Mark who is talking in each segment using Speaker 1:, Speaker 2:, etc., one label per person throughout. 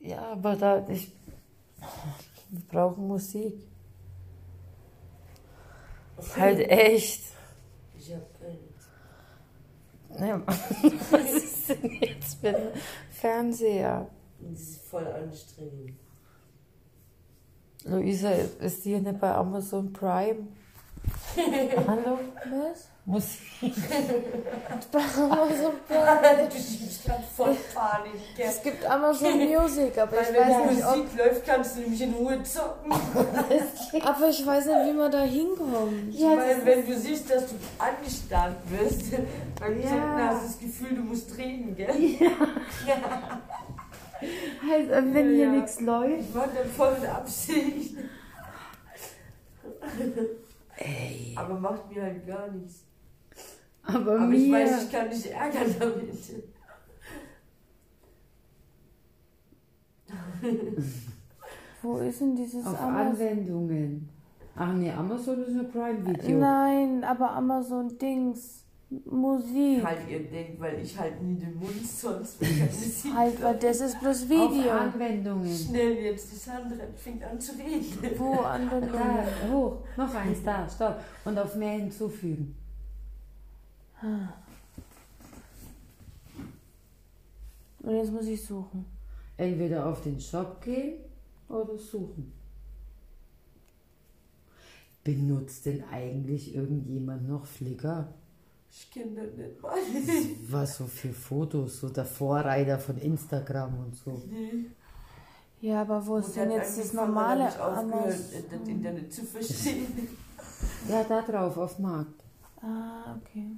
Speaker 1: Ja, aber da, ich, wir brauchen Musik. Halt echt.
Speaker 2: Ich hab keinen.
Speaker 1: Ne, was ist denn jetzt mit dem Fernseher?
Speaker 2: Das ist voll anstrengend.
Speaker 1: Luisa, ist die nicht bei Amazon Prime? Hallo? Was? Musik.
Speaker 3: Bei Amazon Prime.
Speaker 2: du schiebst gerade voll Panik, gell?
Speaker 3: Es gibt Amazon Music, aber ich
Speaker 2: Weil wenn
Speaker 3: weiß
Speaker 2: die
Speaker 3: nicht, ob,
Speaker 2: Musik läuft, kannst du nämlich in Ruhe zocken.
Speaker 3: aber ich weiß nicht, wie man da hinkommt.
Speaker 1: Ja, das
Speaker 2: Weil wenn du siehst, dass du angestarrt wirst, dann
Speaker 1: Ja.
Speaker 2: hast du das Gefühl, du musst reden, gell?
Speaker 1: Halt, äh, wenn hier
Speaker 2: Ja.
Speaker 1: nichts läuft.
Speaker 2: Ich war dann voll mit Absicht.
Speaker 1: Ey,
Speaker 2: Aber macht mir halt gar nichts.
Speaker 4: Oh,
Speaker 1: aber,
Speaker 2: Aber
Speaker 1: mir.
Speaker 2: ich weiß, ich kann dich ärgern damit.
Speaker 3: Wo ist denn dieses
Speaker 4: Auf
Speaker 3: Amazon?
Speaker 4: Anwendungen. Ach nee, Amazon ist nur Prime Video.
Speaker 3: Nein, aber Amazon Dings. Musik. Halt,
Speaker 2: Halt ihr denkt, weil ich halt nie den Mund sonst wenn ich keine Musik
Speaker 3: Halt, weil das ist bloß
Speaker 4: Auf
Speaker 3: Video.
Speaker 4: Anwendungen.
Speaker 2: Schnell jetzt, die Sandra fängt an zu reden.
Speaker 3: Wo
Speaker 4: Da,
Speaker 3: Anwendungen?
Speaker 4: hoch, noch eins, da, stopp. Und auf mehr hinzufügen.
Speaker 3: Ah. Und jetzt muss ich suchen.
Speaker 4: Entweder auf den Shop gehen oder suchen. Benutzt denn eigentlich irgendjemand noch Flickr?
Speaker 2: Ich kenne das nicht mal.
Speaker 4: Was so für Fotos, so der Vorreiter von Instagram und so.
Speaker 2: Nee.
Speaker 3: Ja, aber wo
Speaker 2: Und
Speaker 3: ist
Speaker 2: dann
Speaker 3: denn jetzt das
Speaker 2: angefangen, dann
Speaker 3: normale
Speaker 2: hab ich
Speaker 3: Amazon?
Speaker 2: aufgehört, das Internet zu verstehen.
Speaker 4: Ja, da drauf, auf Markt.
Speaker 3: Ah, okay.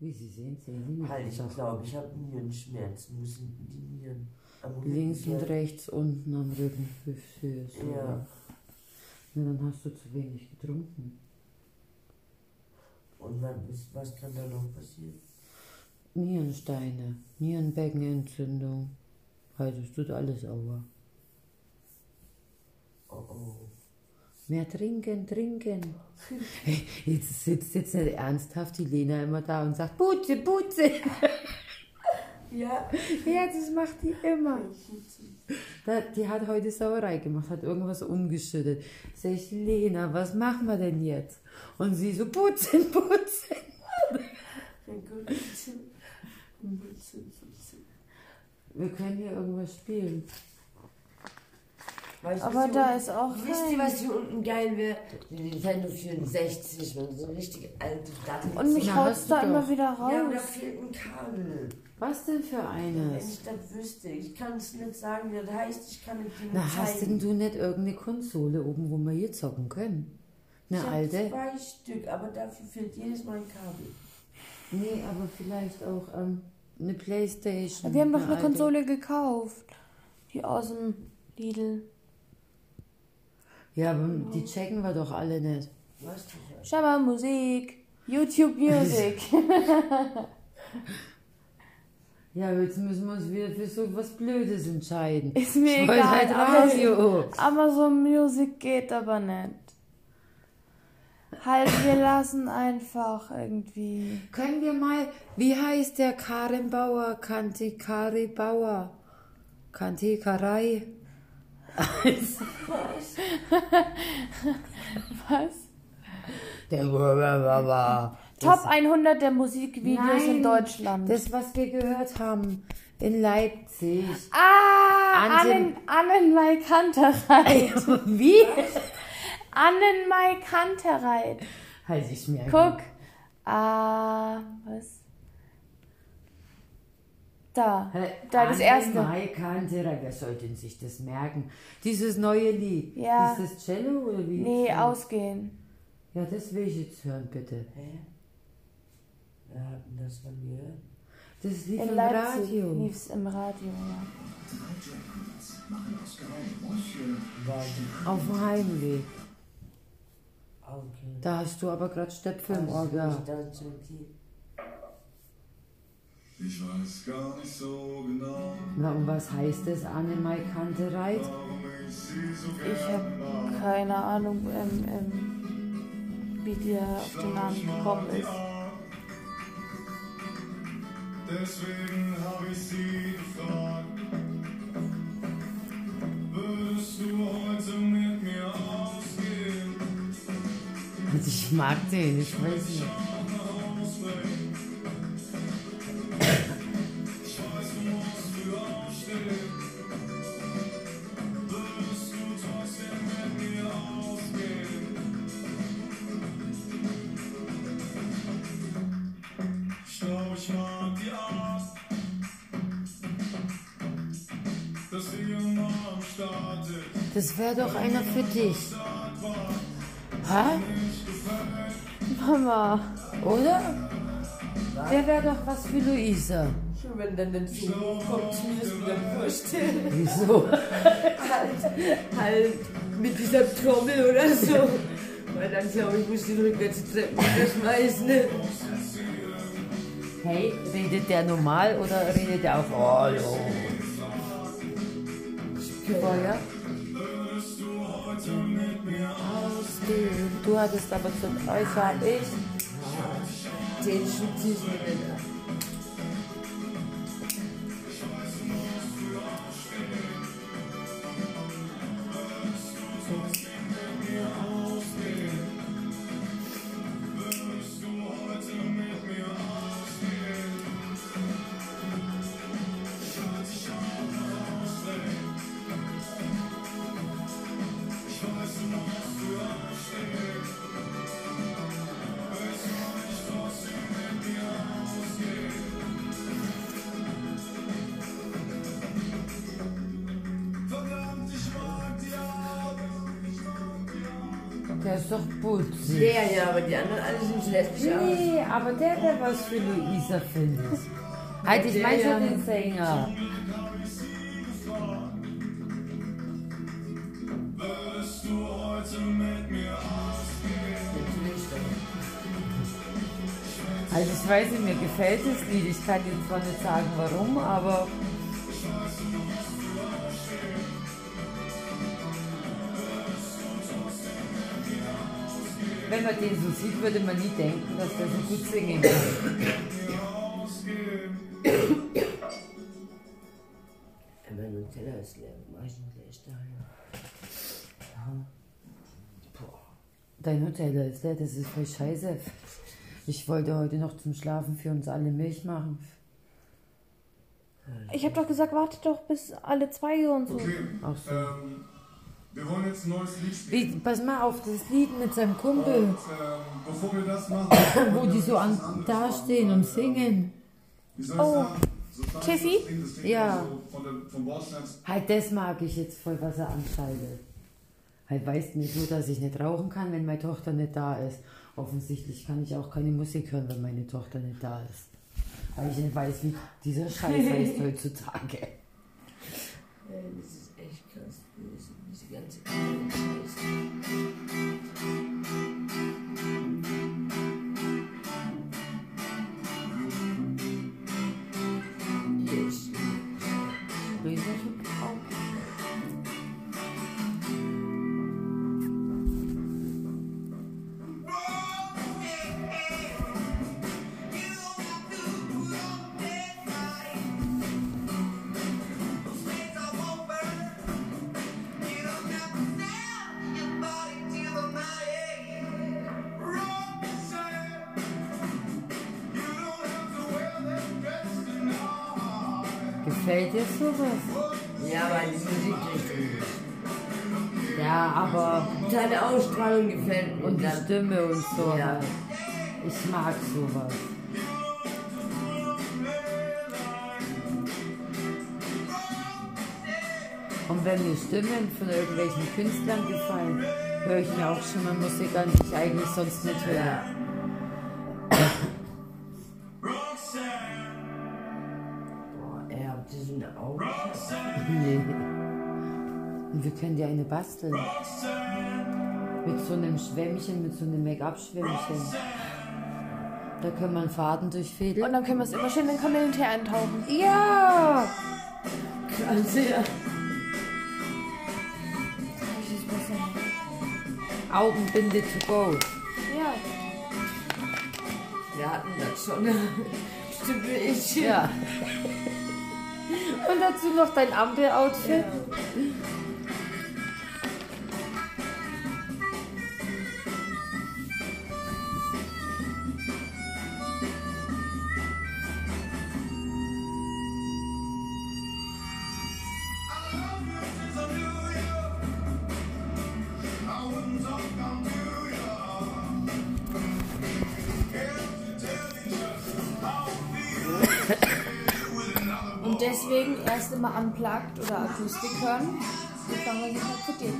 Speaker 4: Wie Sie sehen, sehen Sie nicht.
Speaker 2: Halt,
Speaker 4: was
Speaker 2: ich
Speaker 4: das
Speaker 2: glaube,
Speaker 4: ist.
Speaker 2: ich habe Nierenschmerzen, müssen die Nieren. am
Speaker 4: Links und
Speaker 2: Rücken-
Speaker 4: rechts unten am Rücken. Für so.
Speaker 2: Ja.
Speaker 4: Na, dann hast du zu wenig getrunken.
Speaker 2: Und wann ist, was kann da noch passieren?
Speaker 4: Nierensteine, Nierenbeckenentzündung. Also es tut alles aber.
Speaker 2: Oh oh.
Speaker 4: Mehr trinken, trinken. Hey, jetzt sitzt jetzt nicht ernsthaft die Lena immer da und sagt, Putze, Putze.
Speaker 2: Ja,
Speaker 4: Ja, das macht die immer. Da, die hat heute Sauerei gemacht, hat irgendwas umgeschüttet. Sag ich, Lena, was machen wir denn jetzt? Und sie so, putzen, putzen.
Speaker 2: mein Gott.
Speaker 4: Wir können hier irgendwas spielen.
Speaker 2: Weißt, du, was
Speaker 3: Aber
Speaker 2: hier
Speaker 3: da
Speaker 2: unten-
Speaker 3: ist auch
Speaker 2: Wisst ihr,
Speaker 3: kein.
Speaker 2: was hier unten geil wäre? Die Nintendo 64, man so richtig alte Dattel.
Speaker 3: Und mich
Speaker 4: Ja,
Speaker 3: haut's
Speaker 4: hast du
Speaker 3: da immer
Speaker 4: doch.
Speaker 3: wieder
Speaker 2: ja, und da
Speaker 3: raus.
Speaker 2: fehlt ein Kabel.
Speaker 4: Was denn für
Speaker 2: Wenn
Speaker 4: eines?
Speaker 2: ich das wüsste, ich kann es nicht sagen, wie das heißt, ich kann nicht die
Speaker 4: Na, hast denn
Speaker 2: zeigen.
Speaker 4: du nicht irgendeine Konsole oben, wo wir hier zocken können?
Speaker 2: ich
Speaker 4: Eine
Speaker 2: hab
Speaker 4: alte?
Speaker 2: zwei Stück, aber dafür fehlt jedes Mal ein Kabel.
Speaker 4: Nee, aber vielleicht auch ähm, eine Playstation.
Speaker 3: Wir haben doch eine
Speaker 4: alte.
Speaker 3: Konsole gekauft. Die aus dem Lidl.
Speaker 4: Ja, aber die checken wir doch alle nicht.
Speaker 2: Was du hast.
Speaker 3: Schau mal, Musik. YouTube Music.
Speaker 4: Ja, aber jetzt müssen wir uns wieder für so was Blödes entscheiden.
Speaker 3: Ist mir
Speaker 4: Ich wollte
Speaker 3: egal.
Speaker 4: halt
Speaker 3: aber-
Speaker 4: Radio.
Speaker 3: Amazon Music geht aber nicht. Halt, wir lassen einfach irgendwie.
Speaker 4: Können wir mal, wie heißt der Karin Bauer, Kanti Kari Bauer? Kanti Karai?
Speaker 3: Was?
Speaker 4: Der Baba.
Speaker 3: Top 100 der Musikvideos
Speaker 4: Nein,
Speaker 3: in Deutschland.
Speaker 4: Das, was wir gehört haben in Leipzig.
Speaker 3: ah,
Speaker 4: Annen-
Speaker 3: Annen, Annen Mai Kantereit.
Speaker 4: Wie?
Speaker 3: Annen Mai Kantereit.
Speaker 4: Halt, ich merke.
Speaker 3: Guck. Ah, was? Da. Da, das erste.
Speaker 4: Kanterak, wer sollte denn sich das merken? Dieses neue Lied.
Speaker 3: Ja.
Speaker 4: Ist das Cello oder wie?
Speaker 3: Nee,
Speaker 4: Ja.
Speaker 3: ausgehen.
Speaker 4: Ja, das will ich jetzt hören, bitte.
Speaker 2: Hä? Wer hat denn das von mir?
Speaker 4: Das lief
Speaker 3: In
Speaker 4: im
Speaker 3: Leipzig
Speaker 4: Radio.
Speaker 3: lief's im Radio, ja.
Speaker 2: Wagen.
Speaker 4: Auf dem Heimweg.
Speaker 2: Ah, okay.
Speaker 4: Da hast du aber gerade Stöpfe im Ohr
Speaker 2: Ja.
Speaker 4: gehabt.
Speaker 2: Das ist die
Speaker 5: Ich weiß gar nicht so genau,
Speaker 4: Na, und was heißt das, Annemai Kante reit?
Speaker 5: warum ich sie so
Speaker 3: Ich
Speaker 5: gern mag.
Speaker 3: habe keine Ahnung, ähm, ähm, wie der auf den Namen gekommen ist.
Speaker 5: Ja, deswegen hab ich sie gefragt. Würdest du heute mit mir ausgehen?
Speaker 4: Also ich mag den, ich weiß nicht.
Speaker 5: Ich mag die Art, dass sie immer am Start ist.
Speaker 4: Das wäre doch einer für dich,
Speaker 1: Hä?
Speaker 3: Mama.
Speaker 4: oder? Der wäre doch was für Luisa.
Speaker 2: Wenn dann der Zug kommt, ist mir das wieder vorstellen.
Speaker 4: Wieso?
Speaker 2: Halt, halt mit dieser Trommel oder so. Weil dann glaube ich, muss ich den rückwärts Treppen schmeißen.
Speaker 4: Hey, redet der normal oder redet der auch Hallo?
Speaker 1: Vorher? Du hattest aber zum Äußer ich.
Speaker 2: Den Schub ziehst du mir ab.
Speaker 5: Verdammt, ich mag die Art.
Speaker 4: Der ist doch putzig.
Speaker 2: Der ja, aber die anderen alle sind so lässig aus.
Speaker 4: Nee, aber der wäre was für Luisa, finde ich. Halt, ich meine
Speaker 2: Ja.
Speaker 4: schon den Sänger.
Speaker 5: Würdest du heute mit mir ausgehen?
Speaker 2: Natürlich doch.
Speaker 4: Also ich weiß nicht, mir gefällt das Lied. Ich kann dir zwar nicht sagen, warum, aber wenn man den so sieht, würde man nie denken, dass der so gut singen kann.
Speaker 2: Aber mein Teller ist leer. Mach ich noch gleich da.
Speaker 4: Dein Hotel da ist leer, das ist voll scheiße. Ich wollte heute noch zum Schlafen für uns alle Milch machen.
Speaker 3: Ich habe doch gesagt, wartet doch bis alle zwei und so.
Speaker 5: Okay,
Speaker 4: Ach so.
Speaker 5: ähm, wir wollen jetzt ein neues Lied spielen.
Speaker 4: Wie, pass mal auf, das Lied mit seinem Kumpel,
Speaker 5: Und, ähm, bevor wir das machen,
Speaker 4: wo die so an, dastehen und singen.
Speaker 5: Wie soll ich
Speaker 3: Oh.
Speaker 5: sagen? So klein ist das
Speaker 3: Tiffy?
Speaker 5: Ding, das Ding
Speaker 4: Ja.
Speaker 5: so Von der, vom Bordstein
Speaker 4: Halt, das mag ich jetzt voll, was er anschaltet. Halt, weißt nicht nur, dass ich nicht rauchen kann, wenn meine Tochter nicht da ist. Offensichtlich kann ich auch keine Musik hören, wenn meine Tochter nicht da ist. Weil ich nicht weiß, wie dieser Scheiß heißt heutzutage.
Speaker 2: Ey, Das ist echt krass böse. Diese ganze Kiste. Yes.
Speaker 4: Gefällt dir sowas?
Speaker 2: Ja, aber die Musikrichtung.
Speaker 4: Ja, aber
Speaker 2: Deine Ausstrahlung gefällt mir.
Speaker 4: und die
Speaker 2: dann-
Speaker 4: Stimme und so.
Speaker 2: Ja.
Speaker 4: Ich mag sowas. Und wenn mir Stimmen von irgendwelchen Künstlern gefallen, höre ich mir auch schon mal Musik an, die ich eigentlich sonst nicht höre.
Speaker 2: Boah, ey, habt ihr so eine Augen?
Speaker 4: Nee. Und wir können dir eine basteln. Mit so einem Schwämmchen, mit so einem Make-up-Schwämmchen. Da können wir einen Faden
Speaker 3: Und
Speaker 4: durchfädeln.
Speaker 3: dann können wir es immer schön in Kamillen Tee eintauchen.
Speaker 4: Ja!
Speaker 2: Also, ja.
Speaker 4: Augenbinde to go.
Speaker 3: Ja.
Speaker 2: Wir hatten das schon. beste Bildchen.
Speaker 4: Ja. Und dazu noch dein Ampel-Outfit.
Speaker 3: Und deswegen erst immer unplugged oder Akustik hören, bevor man sich akzeptiert.